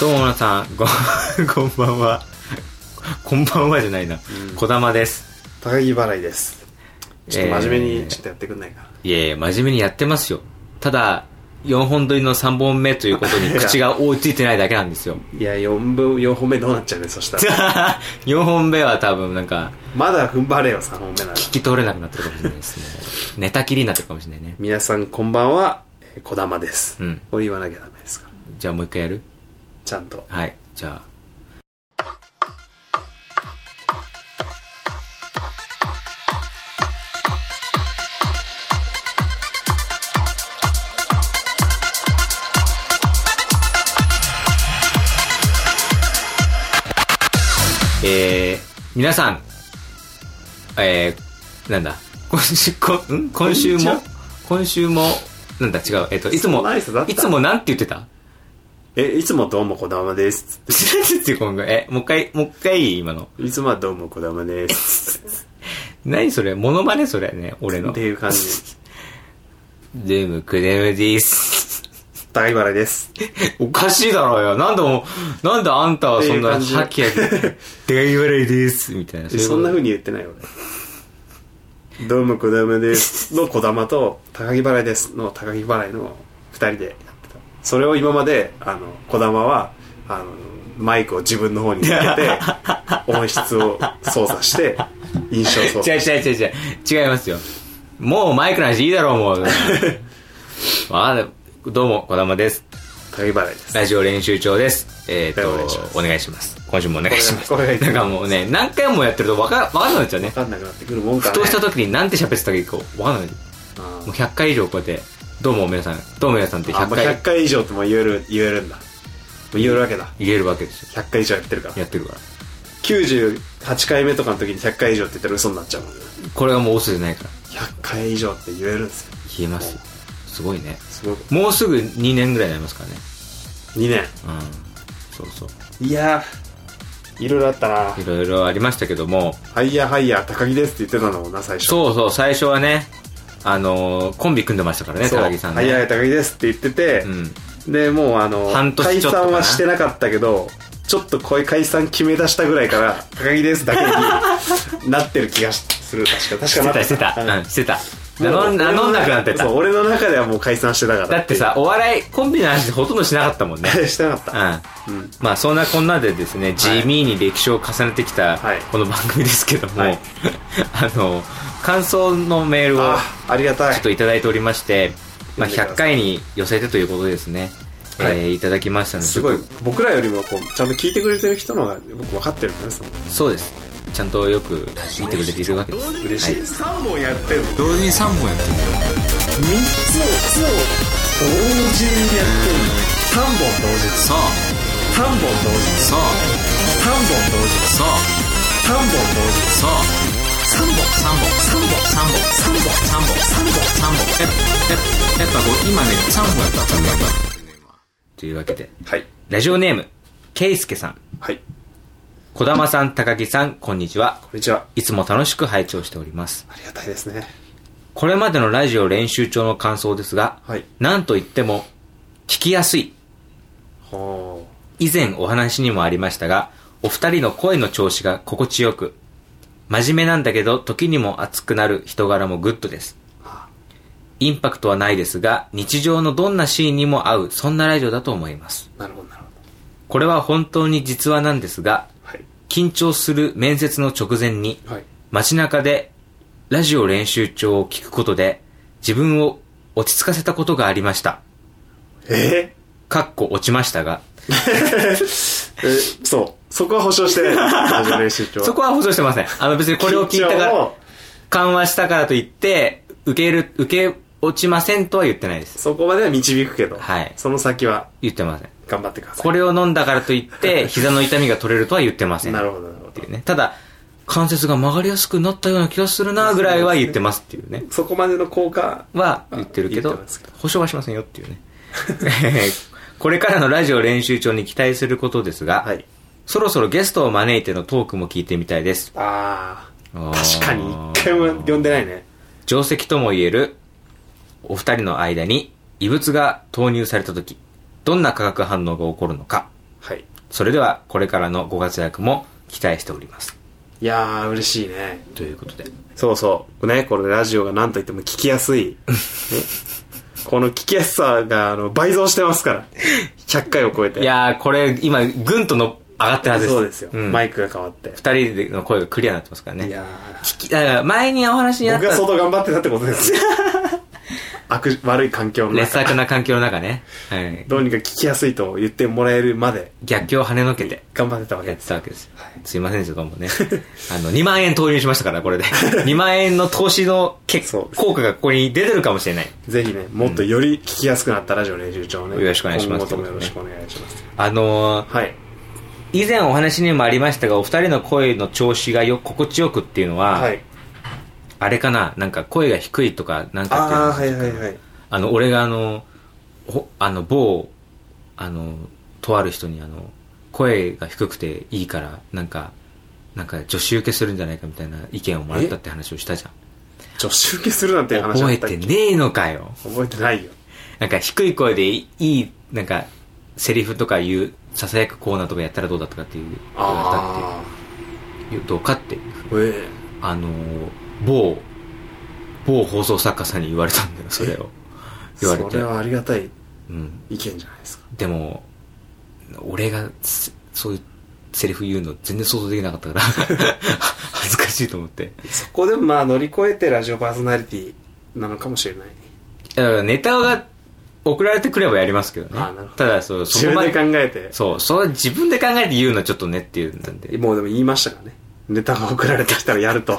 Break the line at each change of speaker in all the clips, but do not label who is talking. どうも皆さん、こ、 こんばんは。こんばんはじゃないな。こだまです。
高木払いですちょっと真面目
えー
にちょっとやってくんないかな、
いやいや、真面目にやってますよ。ただ、4本撮りの3本目ということに口が追いついてないだけなんです よ。
いや4分4本目どうなっちゃう ねそしたら
4本目は多分なんか、
まだ踏ん張れよ3本目なら
聞き取れなくなってるかもしれないですね。寝たきりになってるかもしれないね。
皆さんこんばんはえーこだまです、
うん
これ言わなきゃダメですから
じゃあもう一回やる
ちゃんと
はい。じゃあ。えー、皆さん、えー、なんだ、今週、こん今週
こん
も
にち、
今週も、なんだ、違う、えっ、と、いつも
そんな挨拶だっ、た
いつもなんて言ってた
えいつもどうもこだまです
ちょっと待ってごめんごめん え、もう一回、もう一回今の。
いつもはどうもこだまです
何それモノマネそれね、俺の。
っていう感じ
デムクデムです。
高木払いです
おかしいだろうよ。なんでも、なんであんたはそんな、
っていう感じ
はっきり、出会い笑いです。みたいな。ういうこ
そ
と
んな風に言ってない俺どうもこだまですのこだまと高木払いですの高木払いの2人でやってたそれを今まであのこだまはあのマイクを自分の方に向け て音質を操作して印象操
違う
作
違う違う違う。違いますよ。もうマイクの話いいだろう、 もう。あーどうも、こだまです。
高木払いです
ラジオ練習長です。えっ、
お願いしま
と、お願いします。今週もお願いします。
これがこれ
な
が
んかもうね、何回もやってるとわか、わかんなくなっちゃうね
分。かんなくなってくるもんか
ふ
ね
とした時に何て喋ってたかいいか分かんないも
あ
う100回以上こうやってどうも皆さんどうも皆さんって
ーあ
100
もう100
回
回以上ってもう言える言えるんだもう言えるわけだ
言えるわけですよ
100回以上やってるから
やってるから
98回目とかの時に100回以上って言ったら嘘になっちゃうもんね
これはもう嘘じゃないから
100回以上って言えるんですよ
言えますよすごいね
すごく
もうすぐ2年ぐらいになりますからね
2年
うんそうそう
いやーいろいろあったない
ろいろありましたけども
ハイヤーハイヤー高木ですって言ってたのもんな最初
そうそう最初はねあのーコンビ組んでましたからね
そう
高木さん
ハイヤーハイヤ
ね
ー高木ですって言ってて
う、ん
でもうあの
半年
解
ちょっとかな
散はしてなかったけどちょっとこういう解散決め出したぐらいから高木ですだけに なってる気がする確か確
し
か
て
な
たして
う
たうんんしてた名
もう
乗ん名乗んなくなってた
そう俺の中ではもう解散してたから
だってさお笑いコンビの話ほとんどしなかったもんね
してなかった
うんまあそんなこんなでですね、地味に歴史を重ねてきた
はい
この番組ですけども、
はい
あの感想のメールを
あありがた
ちょ
い
っといただいておりまして、まあ、
読んでくださ
100
い
回に寄せてということですね、
はい
えーいただきましたのです
ごい
ちょっ
僕らよりもこうちゃんと聞いてくれてる人の方が僕分かってるんだねその
とそうですちゃんとよく見てくれているわけです
嬉しい、
は
三3本やってるの3つを
同時に3本やってる
同時にやってるの3本同時3本同時3本同時
そうそうそう
3本同時
そう3本3本3本3本3本3本3本3本やっぱやっぱこう今ね3本やった3本やった
い、というわけで
はい
ラジオネームけいすけさん
はいこ
児玉さん高木さんこんにちは
んにちはい
つも楽しく拝聴しております
ありがたいですね
これまでのラジオ練習帳の感想ですが、
はい
なんといっても、聞きやすい。
ほ
以前お話にもありましたが、お二人の声の調子が心地よく、真面目なんだけど、時にも熱くなる人柄もグッドです。インパクトはないですが、日常のどんなシーンにも合う、そんなラジオだと思います。
うなるほどなるほど
これは本当に実話なんですが、
はい
緊張する面接の直前に、
はい
街中でラジオ練習帳を聞くことで自分を落ち着かせたことがありました。
え
かっこ落ちましたが、
ー、えそうそこは保 証してないラジオ練習長
そこは保証してません。あの別にこれを聞いたか
緊張
ら
を、
緩和したからといって、受ける、受け落ちませんとは言ってないです。
そこまでは導くけど、
はい
その先は
言ってません。
頑張ってください
これを飲んだからとい って、膝の痛みが取れるとは言ってません。
なるほどなるほ
って
ど
いうね。ただ、関節が曲がりやすくなったような気がするなぐらいは言ってますっていうね。
そこまでの効果
は言ってるけ
言っ
ど
てますけど、
保証はしませんよっていうね。 これからのラジオ練習帳に期待することですが、
はい
そろそろゲストを招いてのトークも聞いてみたいです。
あ
あ
あ
ー
確かに一回も呼んでないね
定石ともいえるお二人の間に異物が投入された時、どんな化学反応が起こるのか、
はい
それではこれからのご活躍も期待しております
いやー、嬉しいね。
ということで
そうそう。ね、これラジオが何と言っても聞きやす い。ねこの聞きやすさが、あの、倍増してますから。100回を超えて。
いやーこれ今ぐんとの上がってるはずです
そうですよ、
ん、
マ
2
イクが変わって。
人での声がクリアになってますからね
いや
聞きだから前にお話に
ー
なっ
僕が
た
相当頑張ってたってことですね。悪、悪い環境の
劣
中。
悪な環境の中ね、はい、
どうにか聞きやすいと言ってもらえるまで、
逆境を跳ねのけて
頑張ってたわけ
やっ
で
て
す。
たわけです。すいませんでした、どうもね。 あの、2万円投入しましたから、これ で。2万円の投資の結
そう
効果がここに出てるかもしれない。
ぜひね、もっとより聞きやすくなったラジオ練習帳をね。
よろしくお願いします
今後ともよろしくお願いします。
あのー
はい。
以前お話にもありましたが、お二人の声の調子がよ、心地よくっていうのは、
はい。
あれかな、なんか声が低いとか、なんかっていうの
ああ、
は
はいはいはい。
あの、俺があの、ほあの、某、あの、とある人にあの、声が低くていいから、なんか、なんか女子受けするんじゃないかみたいな意見をもらったって話をしたじゃん。
女子受けするなんていう話あ
覚
っ
え
たっけ
てねえのかよ。
覚えてないよ。
なんか低い声でいい、なんか、セリフとか言う、ささやくコーナーとかやったらどうだったかっていう、どうだった
あ
っていう、どうかって、
あ。え
あのー、某、某放送作家さんに言われたんだよ、それを。
え
言われ
そ
て
れ。はありがたい
うん。
意見じゃないですか。
でも、俺がせ、そういうセリフ言うの全然想像できなかったから、 恥ずかしいと思って。
そこでまあ乗り越えてラジオパーソナリティなのかもしれない。
だからネタが送られてくればやりますけどね。
あなるほど
ただ、そう、
自
そこ
分
ま
で考
で、
えて、
そう、そう自分で考えて言うのはちょっとねっていうんなんで。
もうでも言いましたからね。ネタが送られてきたらやると。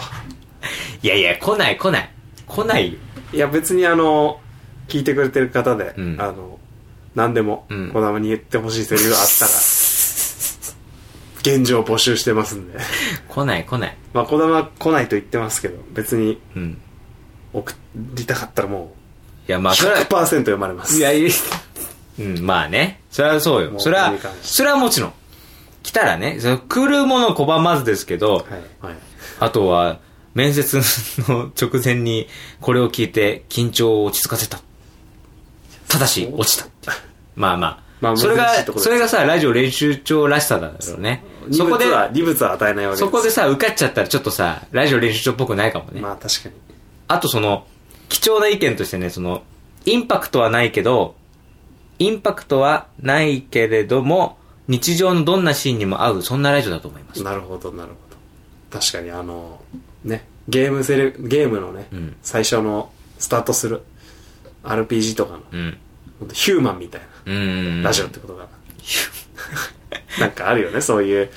いやいや、来ない来ない。来ないよ。
いや別にあの、聞いてくれてる方で、
うん
あの、何でも
うん、
小玉に言ってほしいセリフがあったら、現状募集してますんで。
来ない来ない。
まあ小玉来ないと言ってますけど、別に
うん。
送りたかったらも
いや、
う、
まあ、それは
100%、読まれます。
いや、いや、うん、まあね。それはそう
も
よ。
う
それは
いい感、じ
それはもちろん。来たらね、その来るもの拒まずですけど、
はい。はい。
あとは、面接の直前にこれを聞いて緊張を落ち着かせた。ただし、落ちたっていう。まあまあ。
まあ
それ
難しい
が
とこ、ろです
それがさ、ラジオ練習長らしさだろうね。そ
そ
こ
こ
で
で、は、利物は与えないわけです。
そこでさ、受かっちゃったらちょっとさ、ラジオ練習長っぽくないかもね。
まあ確かに。
あとその、貴重な意見としてね、その、インパクトはないけど、インパクトはないけれども、日常のどんなシーンにも合う、そんなラジオだと思います。
なるほどなるほど確かにあのねゲームセレゲームのね、
うん
最初のスタートする RPG とかの、
うん。
ほんとヒューマンみたい
うん。
なラジオってことかな、なんかあるよねそういう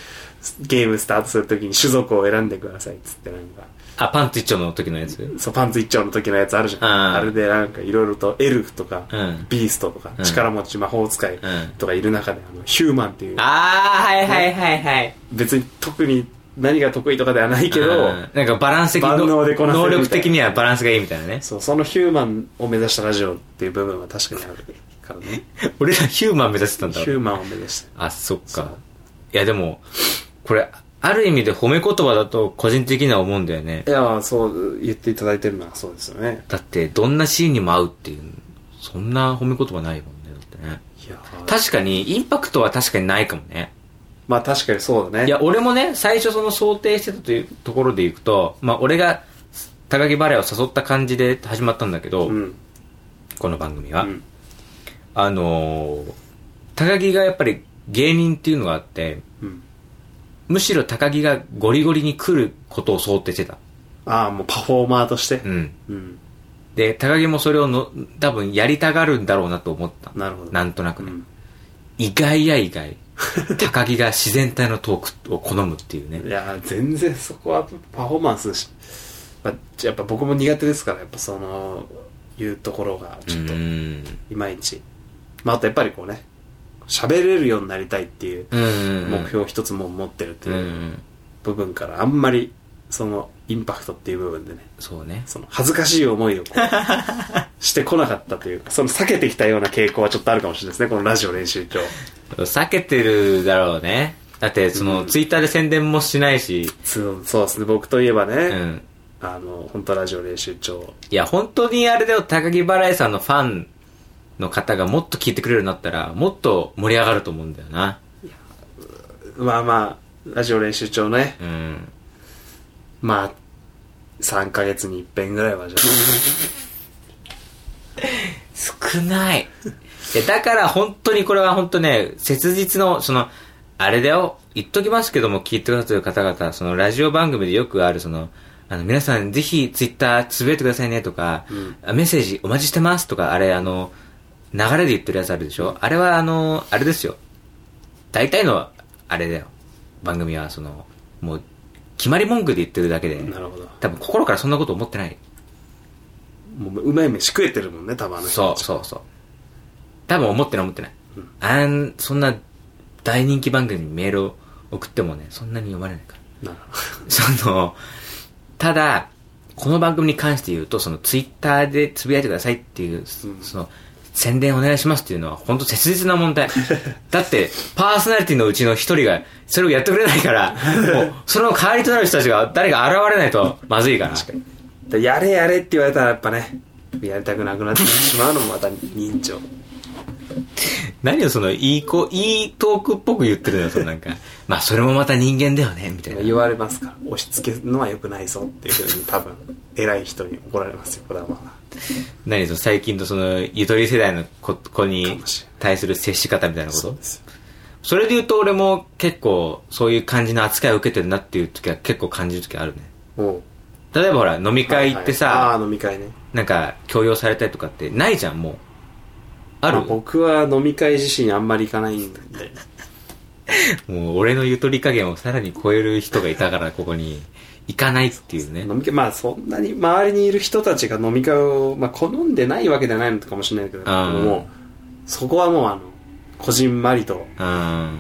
ゲームスタートするときに種族を選んでくださいっつってなんか
あ、パンツ一丁の時のやつ
そうパンツ一丁の時のやつあるじゃん、
あー
あれでなんかいろいろとエルフとか、
うん
ビーストとか、
うん
力持ち魔法使いとかいる中であのヒューマンっていう
あー、はいはいはいはい。
別に特に何が得意とかではないけど、
うんなんかバランス的
万能でこなせ
能
るみたいな
力的にはバランスがいいみたいなね。
そう、そのヒューマンを目指したラジオっていう部分は確かにあるからね。
俺らヒューマン目指してたんだ
ヒューマンを目指して。
あ、そっ
そ
か
う。
いやでも、これ、ある意味で褒め言葉だと個人的には思うんだよね
い。や、そう、言っていただいてるのはそうですよね。
だって、どんなシーンにも合うっていう、そんな褒め言葉ないもんね、だってね。
いや、
確かに、インパクトは確かにないかもね。
まあ確かにそうだね。
いや、俺もね、最初その想定してたというところでいくと、まあ俺が高木バレーを誘った感じで始まったんだけど、
うん。
この番組
う
は。
ん。
あのー高木がやっぱり芸人っていうのがあって、
うん。
むしろ高木がゴリゴリに来ることを想定してた。
ああ、もうパフォーマーとして
う。ん。
うん。
で、高木もそれをの、多分やりたがるんだろうなと思った。
なるほど
なんとなく
う
ね。
ん。
意外や意外。 高木が自然体のトークを好むっていうね
い。や、全然そこはパフォーマンスし、まあ、やっぱ僕も苦手ですから、やっぱその、いうところが、
う
ちょっと、
ーん。
いまいち。まああとやっぱりこうね、喋れるようになりたいっていう
うんうんうん。
目標を一つもう持ってるって
う
い
んう
う。
ん。
部分からあんまりそのインパクトっていう部分でね
そうね。
その恥ずかしい思いをこうしてこなかったというかその避けてきたような傾向はちょっとあるかもしれないですねこのラジオ練 習帳
避けてるだろうね。だって、その、
うん
ツイッターで宣伝もしないし、
そうそうですね僕といえばね、
うん。
あの本当ラジオ練習帳
いや、本当にあれだよ、高木バラエさんのファンの方がもっと聞いてくれるようになったら、もっと盛り上がると思うんだよな。
まあまあ、ラジオ練習帳ね。
うん。
まあ、3ヶ月に一遍ぐらいはじゃ
少ない。いやだから本当にこれは本当ね、切実の、その、あれだよ、言っときますけども、聞いてくださってる方々、そのラジオ番組でよくある、その、あの、皆さんぜひツイッターつぶやいてくださいねとか、あメッセージお待ちしてますとか、あれ、あの、流れで言ってるやつあるでしょあれはあの、あれですよ。大体の、あれだよ。番組は、その、もう、決まり文句で言ってるだけで
あ。、なるほど。
多分心からそんなこと思ってない。
もううまい飯食えてるもんね、たまに。
そうそうそう多分思ってない思ってない、あんそんな大人気番組にメールを送ってもねそんなに読まれないから
なる
そのただこの番組に関して言うとそのツイッターでつぶやいてくださいっていう、その宣伝お願いしますっていうのは本当切実な問 題だってパーソナリティのうちの一人がそれをやってくれないからもうその代わりとなる人たちが誰か現れないとまずいから確かに
ほど。やれやれって言われたらやっぱね、やりたくなくなってしまうのもまた人情。
何をそのいい子いいトークっぽく言ってるのよそのなん かまあそれもまた人間だよねみたいな
言われますから、押し付けるのは良くないぞっていうふうに多分、偉い人に怒られますよ、これはまあ。
何その最近のそのゆとり世代の子子に
もしれない
対する接し方みたいなこと
そう
そ
ですよ。
れで言うと俺も結構そういう感じの扱いを受けてるなっていう時は結構感じる時あるね
おう
例えばほら飲み会行ってさ、
はいはいああ、飲み会ね。
なんか強要されたりとかってないじゃんもうある
ま僕は飲み会自身あんまり行かないんで。
もう俺のゆとり加減をさらに超える人がいたからここに行かないっていうね
飲み会、まあそんなに周りにいる人たちが飲み会を、まあ好んでないわけじゃないのかもしれないけど、
あー
もう、そこはもうあの、こじんまりと、
うん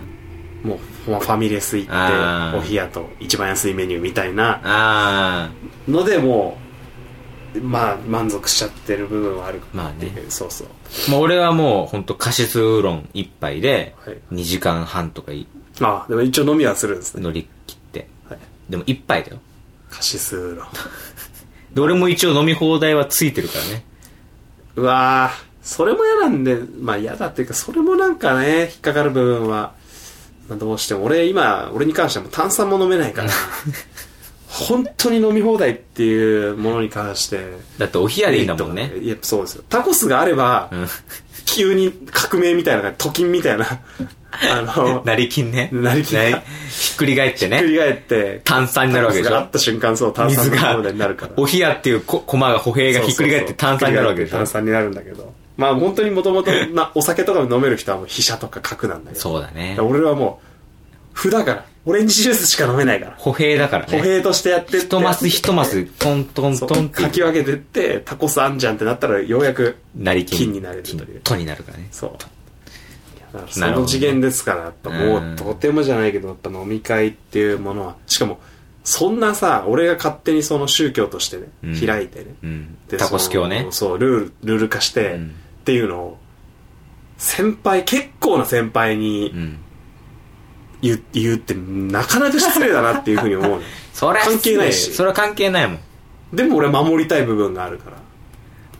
もう、まあファミレス行
あ
っ
ー
て、お冷やと一番安いメニューみたいな
ああ
のでもう、まあ満足しちゃってる部分はあるかなっていう、
まあ
そうそう。
もう俺はもう本当カシスウーロン一杯で
はい
2時間半とかい
ああ、でも一応飲みはするんですね。
乗り切って
はい、
でも一杯だよ
カシスウーロン。
で俺も一応飲み放題はついてるからね
うわーそれも嫌なんで、まあ嫌だっていうか、それもなんかね、引っかかる部分は、まあ、どうしても、俺今、俺に関してはもう炭酸も飲めな いから、本当に飲み放題っていうものに関して、
だってお冷やでいいんだもんね
いや、そうですよ。タコスがあれば、
うん
急に革命みたいな感じ、と金みた いな、あの、
成金ね
成金
なりひっくり返って
ひっくり
ね
返って、
炭酸になるわけでしょ
タコスがあった瞬間、そう、炭酸
水
の
が
放題になるから。
お冷やっていうこ駒が歩兵がひっくり返って炭酸になるわけでしょ
炭酸になるんだけど。まあ本当にもともとな、お酒とか飲める人はもう飛車とか角なんだけど。
そうだね
俺はもう、歩だから。オレンジジュースしか飲めないから。
歩兵だから
歩
ね
兵としてやってって。
一マス一マストントン
そう
トンって
かき分けてって、タコスあんじゃんってなったらようやく、
成金
金になれるという
金とになるからね
そう。いやだから
なる
そ
ほ
の
ど
次元ですから、やっぱも
うん
うとてもじゃないけど、やっぱ飲み会っていうものは、しかも、そんなさ、俺が勝手にその宗教としてね、
うん
開いてね、
うん
で
タコス教ね
そのそうルールルール化して、
うん
っていうのを先輩結構な先輩
う
に
ん
言,、う言うってなかなか失礼だなっていうふう に思うの
それは
関係ないし
それは関係ないもん
でも俺は守りたい部分があるから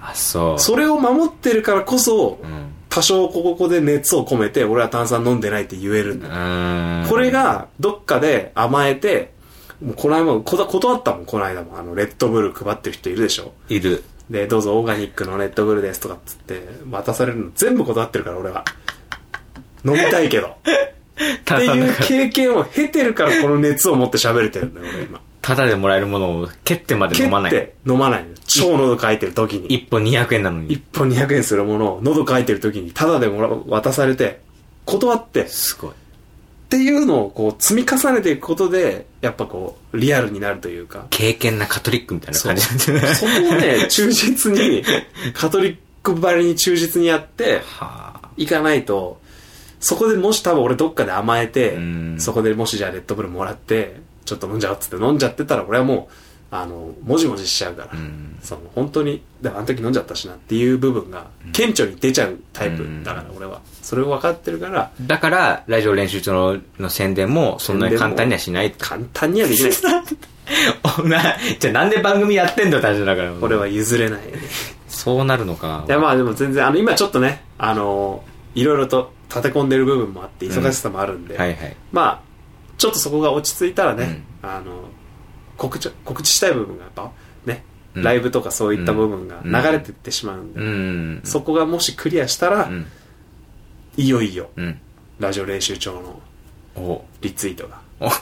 あそう
それを守ってるからこそ、
うん
多少ここで熱を込めて俺は炭酸飲んでないって言えるんだ、
うん
これがどっかで甘えてもうこの間もこだ断ったもんこの間もあのレッドブル配ってる人いるでしょ
いる
で、どうぞオーガニックのレッドブルですとかっつって渡されるの全部断ってるから俺は。飲みたいけど。 っ
炭
て
酸
い
だ
う
から
経験を経てるからこの熱を持って喋れてるんだよ俺今。
ただでもらえるものを蹴ってまで飲まな
蹴っ
い
て飲まないのよ。超喉乾いてる時
一
に。
本200円なの
一
に
本200円するものを喉乾いてる時にタダでもら渡されて断ってっ
すごい
ていうのをこう積み重ねていくことでやっぱこうリアルになるというか。
敬虔なカトリックみたいな
そ
感
う。
じ
そこをね、忠 実に、カトリックばりに忠実にやって、
はあ
行かないとそこでもし多分俺どっかで甘えて
うん
そこでもしじゃあレッドブルもらってちょっと飲んじゃおうっつって飲んじゃってたら俺はもうあのもじもじしちゃうから、
うん
その本当にでもあの時飲んじゃったしなっていう部分が顕著に出ちゃうタイプだから俺はそれを分かってるから
だからラジオ練習中のの宣伝もそんなに簡単にはしない
簡単にはできない
おなじゃあなんで番組やってんだよ大丈だから
これは譲れない
そうなるのか
いやまあでも全然あの今ちょっとねあのいろいろと立て込んでる部分もあって忙しさもあるんで、
はいはい
まあちょっとそこが落ち着いたらね、あの告知告知したい部分がやっぱね、
うん
ライブとかそういった部分が
うん
流れてってしまうんで、
うん。
そこがもしクリアしたら、
うん。
いよいよ
うん。
ラジオ練習帳の
お
リツイートが
お
始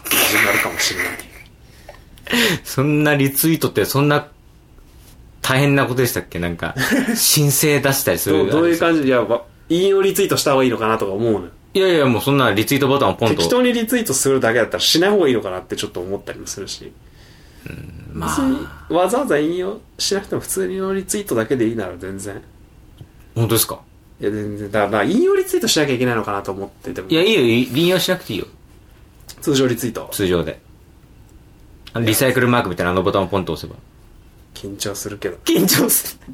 まるかもしれない
そんなリツイートってそんな大変なことでしたっけなん か、申請出したりす
ど
る
うどういう感じいやわ引用リツイートした方がいいのかなとか思うのよ
いやいや、もうそんなリツイートボタンをポンと。
適当にリツイートするだけだったらしない方がいいのかなってちょっと思ったりもするし
ま
別に
あ、
わざわざ引用しなくても普通のリツイートだけでいいなら全然
本当ですか
いや全然だからまあ引用リツイートしなきゃいけないのかなと思ってても
いや、いいよ、い引用しなくていいよ。
通常リツイート
通常で。あのリサイクルマークみたいなあのボタンをポンと押せば。
緊張するけど
緊張する。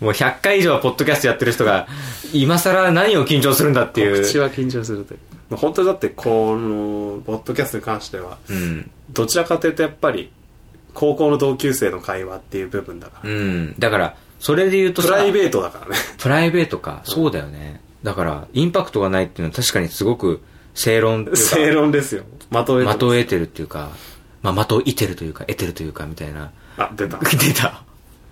もう100回以上ポッドキャストやってる人が、今更何を緊張するんだっていう。
口は緊張するというまあ本当にだってこのポッドキャストに関しては
うん。
どちらかというとやっぱり高校の同級生の会話っていう部分だから、
うん。だから、それで言うと
プ
さ
ライベートだからね
プライベートか。そうだよね。だから、インパクトがないっていうのは確かにすごく正論っていうか。
正論ですよまとえ
ま
て
とえてるっていうか、まあ、まといてるというか、得てるというか、みたいな。
あ出た
出た。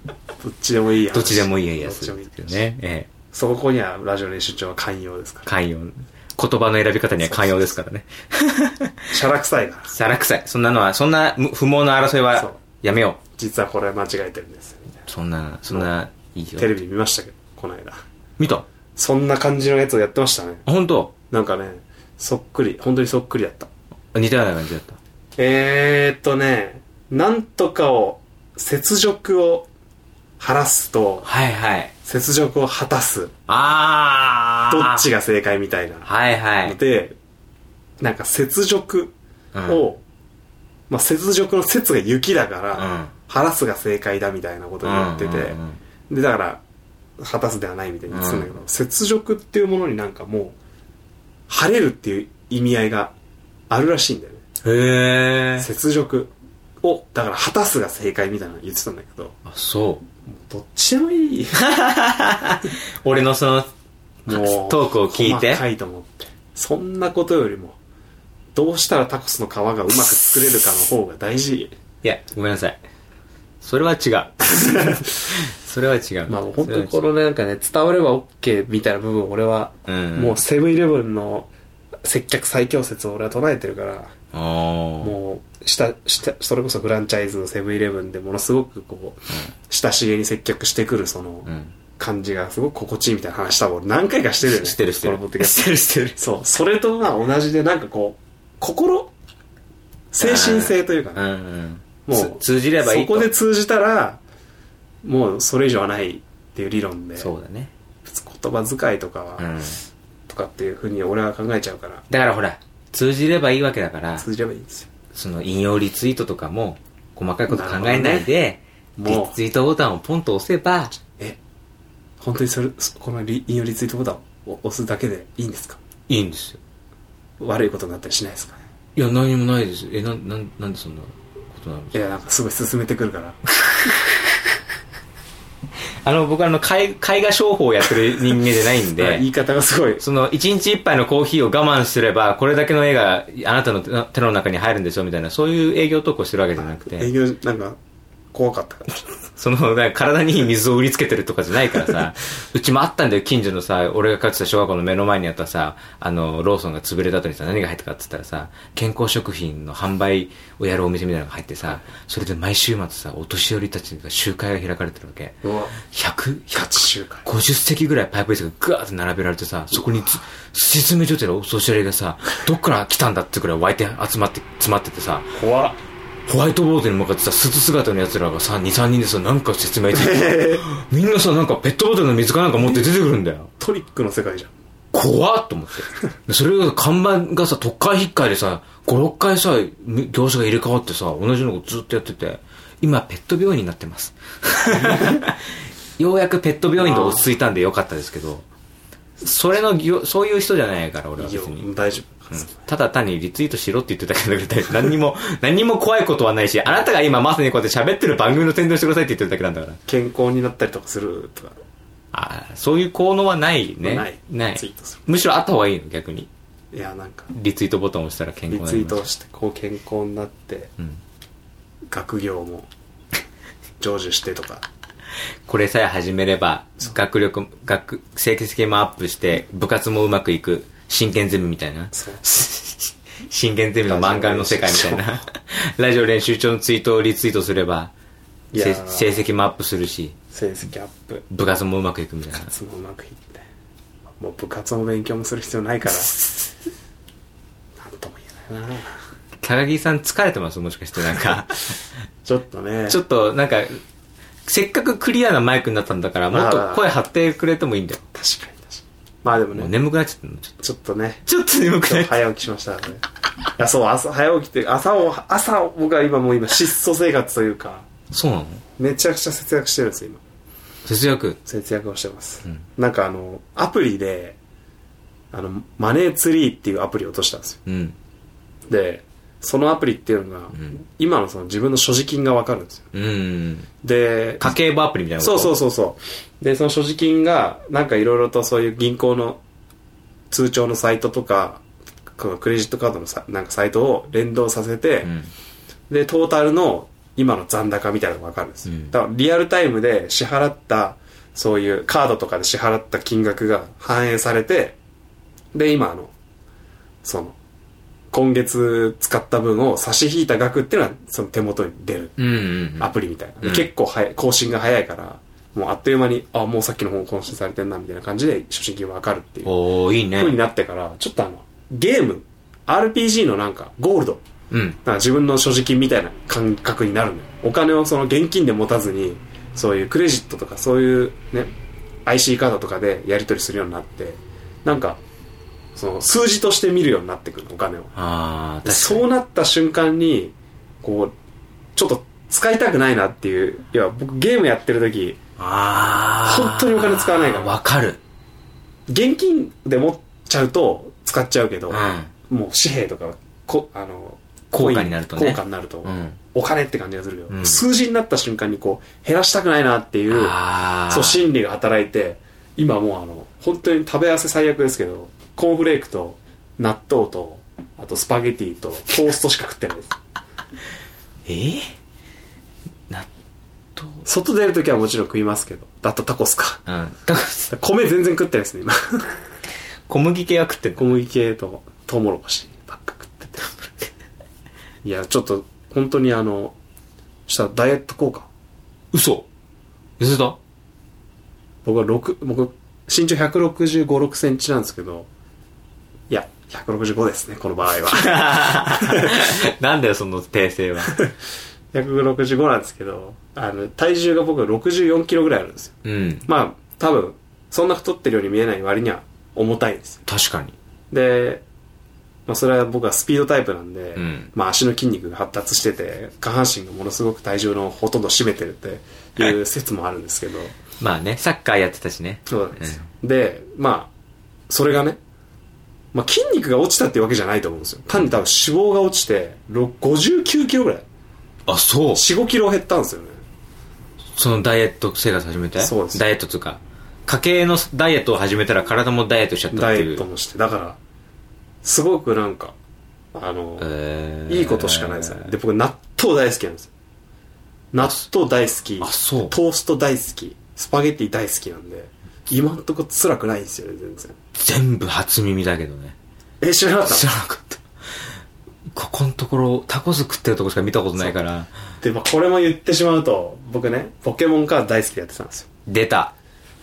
どっちでもいいや
どっちでもいいや
どっち
つ
でもい
で
い
すけどね。ええ。
そこにはラジオ練習長は寛容ですから
寛容。言葉の選び方には寛容ですからね。
しゃらくさいから
さらくさい。そんなのは、そんな無不毛な争い
そう
はやめよ。
実はこれ間違えてるんですよみたいう
そんな、そんな、いい
なテレ
よ。
ビ見ましたけどこの間
見たあ
そんな感じのやつをやってましたね
本当
なんかねそっくり本当にそっくりだった
似たような感じだった。
えー、っとねなんとかを雪辱を晴らすと
はいはい。
雪辱を果たす
あー。
どっちが正解みたいな
はいはい。
でなんか雪辱を、まあ、雪辱の雪が雪だから、
うん
晴らすが正解だみたいなことになってて、
うんうん
でだから果たすではないみたいにするんだけど、
うん
雪辱っていうものになんかもう晴れるっていう意味合いがあるらしいんだよね
うんへー。
雪辱をだから果たすが正解みたいなの言ってたんだけど
あ、そう。
どっちでもい い
俺のその、
もう
トークを聞いて
細かいと思ってそんなことよりもどうしたらタコスの皮がうまく作れるかの方が大事
いや、ごめんなさい。それは違う。 それは違う。
まあ本当に
そ
こ
れは違う
のなんかね、伝われば OK みたいな部分を俺は、
うん
もうセブンイレブンの接客最強説を俺は唱えてるから、
あー
もう、した、した、それこそフランチャイズのセブンイレブンでものすごくこう、親しげに接客してくるその
うん。
感じがすごく心地いいみたいな話多分何回かしてるよね。
してるしてる
このポッドキャ
し
スト
てるしてる
そう、それとまあ同じでなんかこう、心、精神性というかね
うんうん。
も
も
う
う、通じればいいと。
そこで通じたら、もうそれ以上はないっていう理論で、
そうだね。
言葉遣いとかは、
うん。
とかっていうふうに俺は考えちゃうから
だからほら、通じればいいわけだから、
通じればいいんですよ
その引用リツイートとかも、細かいこと考え
なる
な
ほ
い
ど
で、
もう
リツイートボタンをポンと押せば、
え本当にそれそこのリ引用リツイートボタンを押すだけでいいんですか
いいんですよ。
悪いことになったりしないですかね
いや、何もないです。え、なん、なん、なんでそんなことなの
いやなんかすごい進めてくるから
あの、僕あの、絵絵画商法をやってる人間じゃないん で、
言い方がすごい
その、一日一杯のコーヒーを我慢すれば、これだけの絵があなたの手の手の中に入るんですよ、みたいな、そういう営業投稿してるわけじゃなく
営
て、
業なんか怖かったから
その、だから体に水を売りつけてるとかじゃないからさ、 うちもあったんだよ、近所のさ、俺がかつてた小学校の目の前にあったさ、あの、ローソンが潰れた後にさ、何が入ったかって言ったらさ、健康食品の販売をやるお店みたいなのが入ってさ、それで毎週末さ、お年寄りたちが集会が開かれてるわけ。
うわ
100、
ガチ集会
50席ぐらいパイプ椅子がガーッと並べられてさ、そこにつ、すし詰め状態のお年寄りがさ、どっから来たんだってくらい湧いて集まって、詰まっててさ、
怖っ
ホワイトボードに向かってさ、スーツ姿の奴らがさ、2、3人でさ、なんか説明 して、みんなさ、なんかペットボトルの水かなんか持って出てくるんだよ。
トリックの世界じゃん
怖っと思って。でそれが看板がさ、特会引っかいでさ、5、6回さ、み業者が入れ替わってさ、同じのをずっとやってて、今ペット病院になってます。 ようやくペット病院で落ち着いたんでよかったですけど、それの業、そういう人じゃないから俺はい
い
別
よ
に。
大丈夫、
ただ単にリツイートしろって言ってたけど、別に何にも、 何にも怖いことはないし、あなたが今まさにこうやって喋ってる番組の宣伝をしてくださいって言ってるだけなんだから。
健康になったりとかするとか
ああ、そういう効能はないね。
ない
ない
ツイートする
むしろあった方がいいの、逆に。
いやなんか
リツイートボタンを押したら健
リ
康
ツイー
になり
ト
ます
してこう健康になって
うん、
学業も成就してとか
これさえ始めれば学力も学成績もアップして部活もうまくいく真剣ゼミみたいな
そう
真剣ゼミの漫画の世界みたいなラジオ練習帳のツイートをリツイートすれば
いや
せ
ー
成績もアップするし
成績アップ
部活もうまくいくみたいな
部活もうまくいってもう部活も勉強もする必要な いからなんとも言えないな
高木さん疲れてますもしかしてなん か
ちょっとね
ちょっとなんかせっかくクリアなマイクになったんだからもっと声張ってくれてもいいんだよ
確かに確かにまあでもね
もう眠くなっちゃったのちょっと
ちょっとね
ちょっと眠く
今
なっちゃっ
日早起きしましたからねいやそう朝早起きって朝を朝を僕は今もう今質素生活というか
たそうなの
めちゃくちゃ節約してるんですよ今
節約
節約をしてます、
うん
なんかあのアプリであのマネーツリーっていうアプリを落としたんですよ
うん
でそのアプリっていうのが、
ん
今のその自分の所持金が分かるんですよ
うん
で
家計簿アプリみたいなこ
そ
と
うそうそうそうでその所持金がなんかいろいろとそういう銀行の通帳のサイトとかこのクレジットカードのさなんかサイトを連動させて、
うん
でトータルの今の残高みたいなのが分かるんですよ、
うん
だからリアルタイムで支払ったそういうカードとかで支払った金額が反映されてで今あのその今月使った分を差し引いた額っていうのはその手元に出る
うんうんうん
アプリみたいな、
うん
結構早い更新が早いからもうあっという間にあもうさっきの方更新されてんなみたいな感じで初心金分かるっていう
おーいいね
風になってからちょっとあのゲーム RPG のなんかゴールド
うん
なんか自分の所持金みたいな感覚になるのよお金をその現金で持たずにそういうクレジットとかそういうね IC カードとかでやり取りするようになってなんかその数字として見るようになってくるのお金を
ああ確かに
そうなった瞬間にこうちょっと使いたくないなっていういや僕ゲームやってる時
ああ
本当にお金使わないから
わかる
現金で持っちゃうと使っちゃうけど、
うん
もう紙幣とかこあの
高価になるとね
高価になると、
うん
お金って感じがするけど、
うん
数字になった瞬間にこう減らしたくないなっていう
ああ
そう心理が働いて今もうあの本当に食べ合わせ最悪ですけどコーンフレークと納豆とあとスパゲティとトーストしか食ってないです
えー、納豆
外出る時はもちろん食いますけどだとタコスか
うんだから
米全然食ってないですね今
小麦系は食ってんの
小麦系とトウモロコシばっか食ってていやちょっと本当にあのしたらダイエット効果
嘘痩せた
僕は6僕身長1 6 5 6センチなんですけどいや165ですねこの場合は
なんだよその訂正は
165なんですけどあの体重が僕は64キロぐらいあるんですよ
うん
まあ多分そんな太ってるように見えない割には重たいんですよ
確かに
で、まあ、それは僕はスピードタイプなんで、
うん
まあ、足の筋肉が発達してて下半身がものすごく体重のほとんどを占めてるっていう説もあるんですけど
まあねサッカーやってたしね
そうなんですよ、でまあそれがね、まあ、筋肉が落ちたっていうわけじゃないと思うんですよ単に多分脂肪が落ちてろ59キロぐらい
あそう
45キロ減ったんですよね
そのダイエット生活始めて
そうです
ダイエットつうか家計のダイエットを始めたら体もダイエットしちゃった
ダ
っ
イエ
てい
ット
う
もしてだからすごくなんかあの、
えー
いいことしかないですよねで僕納豆大好きなんですよ納豆大好き
あそう
トースト大好きスパゲティ大好きなんで今んとこ辛くないんですよね全然
全部初耳だけどね
え知らなかった
知らなかったここのところタコス食ってるとこしか見たことないから
で、まあ、これも言ってしまうと僕ねポケモンカード大好きでやってたんですよ
出た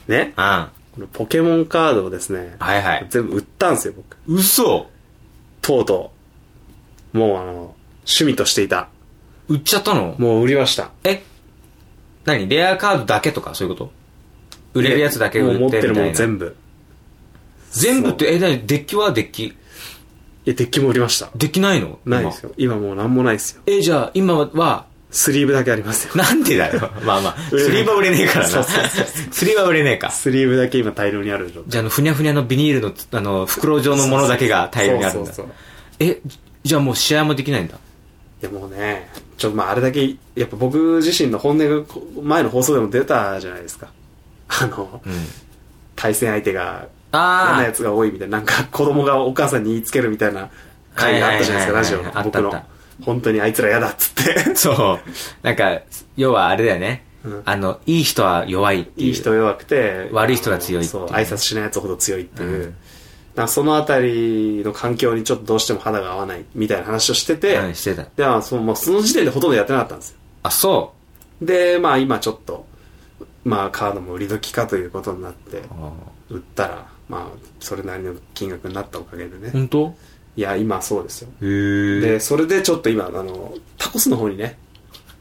ね
うんは
このポケモンカードをですね、
いはい
全部売ったんですよ、僕。
嘘
とうとう。もうあの、趣味としていた。
売っちゃったの
もう売りました。
え何レアカードだけとかそういうこと売れるやつだけ
もう
売
持
っ
って
てみ
るも
た
の
いな
全部。
全部ってえ何デッキはデッキ
いや、デッキも売りました。
できないの
ないですよ。今もうなんもないですよ。
今えじゃあ今は
スリーブだけありますよ。
なんでだよ まあまあ
売れな
ス
い
リーは売れねえから
そう
な
そうそう
スリーは売れねえか
スリーブだけ今大量にある状態。
じゃああのふにゃふにゃのビニールのあの袋状のものだけが大量にあるんだ
そうそうそう
えじゃあもう試合もできないんだ
いやもうね、ちょっとまああれだけ、やっぱ僕自身の本音がこ前の放送でも出たじゃないですか。あの、
うん
対戦相手が
あー
嫌なやつが多いみたいななんか子供がお母さんに言いつけるみたいな回があったじゃないですか
はいは
ラ
い
ジ
は
オ
いはいあ
の
った
僕
あっ
の本当にあいつら嫌だっつって
そう。なんか、要はあれだよね。
うん
あの、いい人は弱いっていう。
いい人弱くて
悪い人が強いっていう
そう挨拶しないやつほど強いっていう、
うん
だからそのあたりの環境にちょっとどうしても肌が合わないみたいな話をしてて、
うんしてた。
でまあそのもうその時点でほとんどやってなかったんですよ
あ、そ
でまあ今ちょっとまあカードも売り時かということになって
う。あ
売ったらまあそれなりの金額になったおかげでね、
ー本当
いや今そうですよ
へー
でそれでちょっと今あのタコスの方にね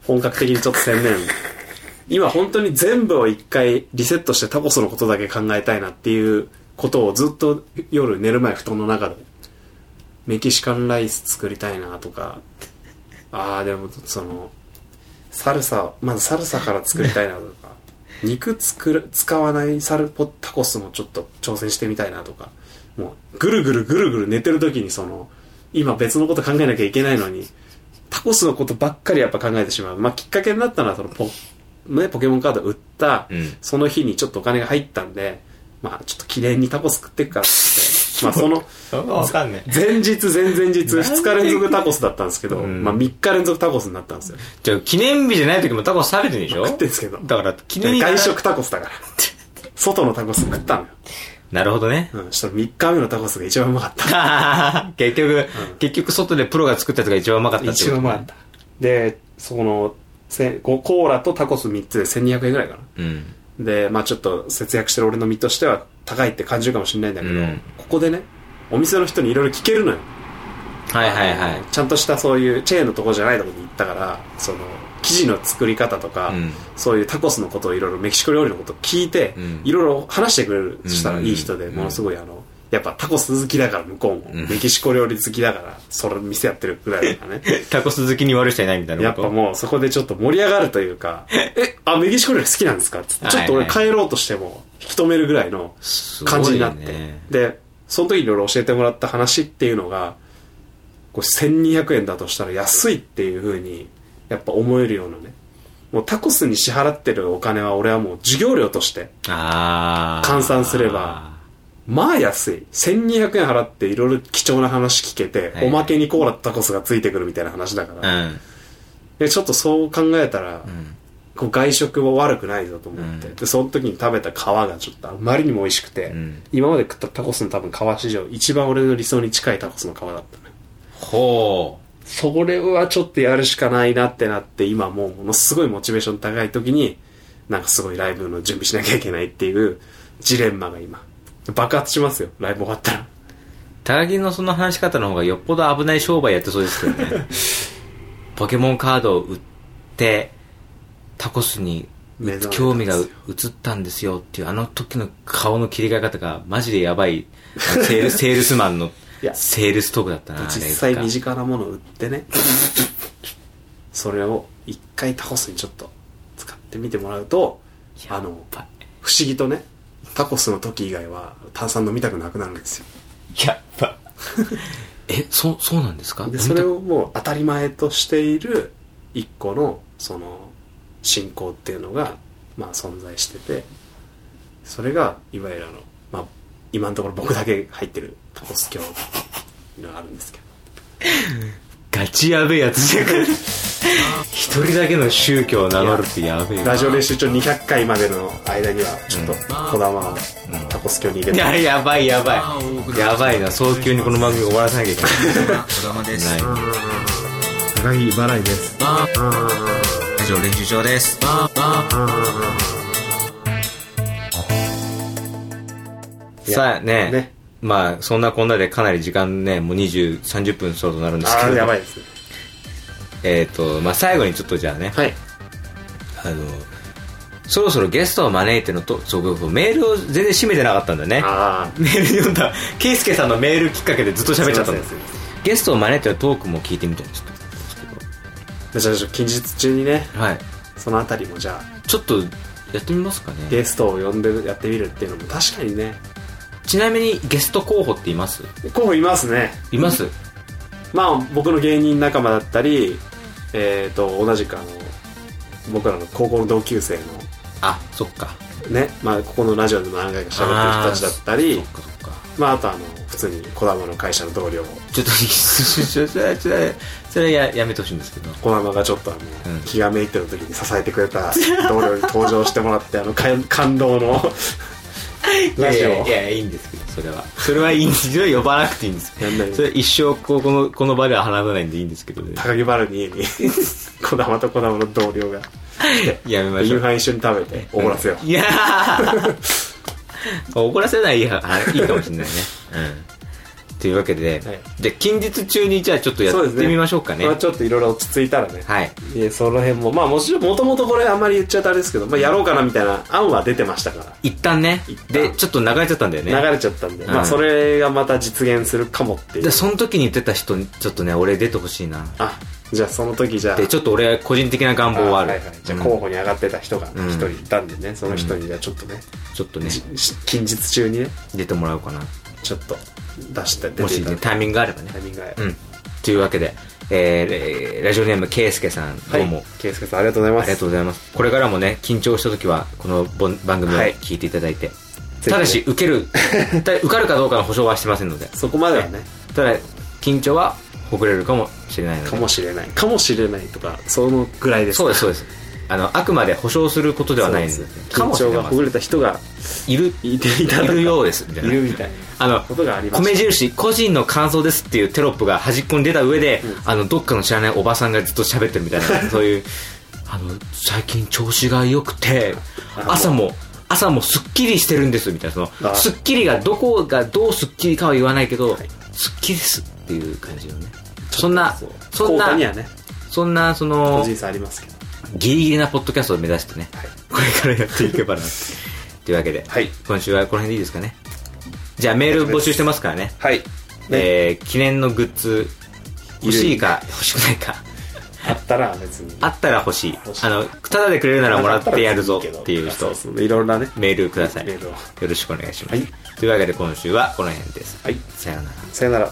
本格的にちょっと専念今本当に全部を一回リセットしてタコスのことだけ考えたいなっていうことをずっと夜寝る前布団の中でメキシカンライス作りたいなとかああでもそのサルサまずサルサから作りたいなと か肉作る使わないサルポタコスもちょっと挑戦してみたいなとかもうぐるぐるぐるぐる寝てる時にその今別のこと考えなきゃいけないのにタコスのことばっかりやっぱ考えてしまう、まあ、きっかけになったのはそのポ,、ね、ポケモンカード売った、
うん
その日にちょっとお金が入ったんでまあちょっと記念にタコス食ってくかってまあその
そんなわかんねえ。
前日前々日2日連続タコスだったんですけど、
うん
まあ3日連続タコスになったんですよ
じゃあ記念日じゃない時もタコス食べてるでしょ
食ってんですけど
だから、記念日。
外食。タコスだから外のタコス食ったのよ、
なるほどね。
うん、そしたら3日目のタコスが一番うまかった
結局、結局外でプロが作ったやつが 一番うまかったって
一
こと
番うまかったでそこのせんこうコーラとタコス3つで1200円ぐらいかな
うん。
でまあちょっと節約してる俺の身としては高いって感じるかもしれないんだけど、
うん
ここでねお店の人にいろいろ聞けるのよ
はいはいはい。
ちゃんとしたそういうチェーンのとこじゃないとこに行ったからその生地の作り方とか、
うん
そういうタコスのことをいろいろメキシコ料理のことを聞いて
うん
いろいろ話してくれる
うん
したらいい人で
うん
ものすごいあのやっぱタコス好きだから向こうも、
うん
メキシコ料理好きだからそれ店やってるぐらいだ からね
タコス好きに悪い人いないみたい
や
な
っ
こ
ぱ
と。
もうそこでちょっと盛り上がるというか、え、あ、メキシコ料理好きなんですかっつって、ちょっと俺
はい
帰ろうとしても引き止めるぐらいの感じになって。
すごいね
で、その時にいろいろ教えてもらった話っていうのが、こう1200円だとしたら安いっていう風に、やっぱ思えるようなね。もうタコスに支払ってるお金は俺はもう授業料として、
あー
換算すれば。まあ安い。1200円払っていろいろ貴重な話聞けて、
はい
おまけにコーラとタコスがついてくるみたいな話だか
う
ら。
ん。
でちょっとそう考えたら、
うん。
こう外食は悪くないぞと思って、
うん
でその時に食べた皮がちょっとあまりにも美味しくて、
うん
今まで食ったタコスの多分皮史上一番俺の理想に近いタコスの皮だったね
ほ
それはちょっとやるしかないなってなって今もうものすごいモチベーション高い時になんかすごいライブの準備しなきゃいけないっていうジレンマが今爆発しますよライブ終わったら
う。高木のその話し方の方がよっぽど危ない商売やってそうですけど ね。ポケモンカードを売って、タコスに
目覚めたんですよ
興味が移ったんですよっていう、あの時の顔の切り替え方がマジでやばい、あのセール セールスマンの
いや
セールストークだったな、
実際
あれが
身近なものを売ってねそれを一回タコスにちょっと使ってみてもらうとあ
や
の
っぱ
不思議とねタコスの時以外は炭酸飲みたくなくなるんですよ
やっ ぱ。え、そ、そうなんですか
でそれをもう当たり前としている一個のその信仰っていうのがまあ存在しててそれがいわゆるあの、まあ、今のところ僕だけ入ってるタコス教っていうのがあるんですけど
ガチやべえやつ じゃん一人だけの宗教を名乗るってやべえ
ラジオ練習中200回までの間にはちょっと小玉をタコス教に入れ
い
て、
ややばいやばいやばいな早急にこの番組終わらせなきゃいけない
小玉です
ない
高木払いです
以上練習場です
さあね
ね
まあそんなこんなでかなり時間ねもう2030分そうとなるんです
あ
け
あ
ど
やばいですね
えっ、とまあ最後にちょっとじゃあね、
はい
あのそろそろゲストを招いてのとそう僕メールを全然締めてなかったんだね
あ
メール読んだ圭介さんのメールきっかけでずっと喋っちゃったんです
すいませんすい
ゲストを招いてのトークも聞いてみたいんです
あじゃあちょっと近日中にね
はい
そのあたりもじゃあ
ちょっとやってみますかね
ゲストを呼んでやってみるっていうのも確かにね
ちなみにゲスト候補っています
候補いますね
います、
まあ僕の芸人仲間だったりえっ、と同じくあの僕らの高校の同級生の
あそっか
ね、まあ、ここのラジオでも何回か喋ってる人たちだったり
そっ、かそっか
まあ、あとあの、普通に児玉の会社の同僚、
ちょっとちょちょちょそれそれややめてほしいんですけど
児玉がちょっとあの、
うん
気がめいってる時に支えてくれた同僚に登場してもらって、あの、感 感動のラ
いやい
ジオ。
やいやいいんですけどそれはそれはいいんですそれは呼ばなくていいんです
やんない
それ一生こうこのこの場では話さないんでいいんですけどね
高木原の家に 児玉と児玉の同僚が
やめましょ
夕
う
飯一緒に食べておごらせよう、
いやー 怒らせないやいいかもしれないねうんというわけで、
はい
じゃあ近日中にじゃあちょっとや
そうで
っ
すね
てみましょうかね
まあ、ちょっといろいろ落ち着いたらね、
はい
いやその辺もまあもちろんもともとこれあんまり言っちゃったあれですけど、まあ、やろうかなみたいな案は出てましたから
一旦ね
一旦
でちょっと流れちゃったんだよね
流れちゃったんで、ま
う
あ
ん
それがまた実現するかもっていう
でその時に言ってた人にちょっとね俺出てほしいな
あじゃあその時じゃあ
でちょっと俺個人的な願望はある
はいはいじゃあ
うん
候補に上がってた人が
うん
一人いたんでね、その人にじゃあちょっとね、
ちょっとね
しし近日中にね
出てもらおうかな
ちょっと出して出
も
て
し、
いただ
ね、
いて
タイミングがあればね
タイミングが
うんというわけで、えーえーラジオネームけいすけさんどうも、
はい圭介さんありがとうございま
あ
す
りがとうございます。これからもね、緊張した時は、このぼん番組を
はい
聞いていただいて、
ひね
ただし、受け る、た受かるかどうかの保証はしてませんので、
そこまではね
ただ、緊張はほぐれるかもしれないので、
かもしれないかもしれないとかそのぐらいです
そうです、そうです。あの、あくまで保証することではないんです
そうです。
か
緊
もしれ
張が
ませ
ほぐ
ん。
れた人が
いる、
いていた
い
だ
る
い
ようです、みたい
いる
な。
みたいな
あの
ことがありま
米
した
印個人の感想ですっていうテロップが端っこに出た上で、あのどっかの知らないおばさんがずっと喋ってるみたい なそういうあの最近調子が良くて朝も朝もすっきりしてるんですみたいなその
あ
すっきりがどこがどうすっきりかは言わないけど、すっきりですっていう感じのねそんな
そう
そん
効果
な
にはね
そんなそ
個
の
人差ありますけど
ギリギリなポッドキャストを目指してね、
はい
これからやっていけば なってというわけで、
はい
今週はこの辺でいいですかねじゃあメール募集してますからね
はいね
えー記念のグッズ欲しいか欲しくないか
あったら別に
あったら欲しい
欲しい
あのただでくれるならもらってやるぞっていう
そ
人
そいろんなね
メールください
メー
よ
ルを
ろしくお願いします、
はい
というわけで今週はこの辺です、
はい
さようなら
さよなら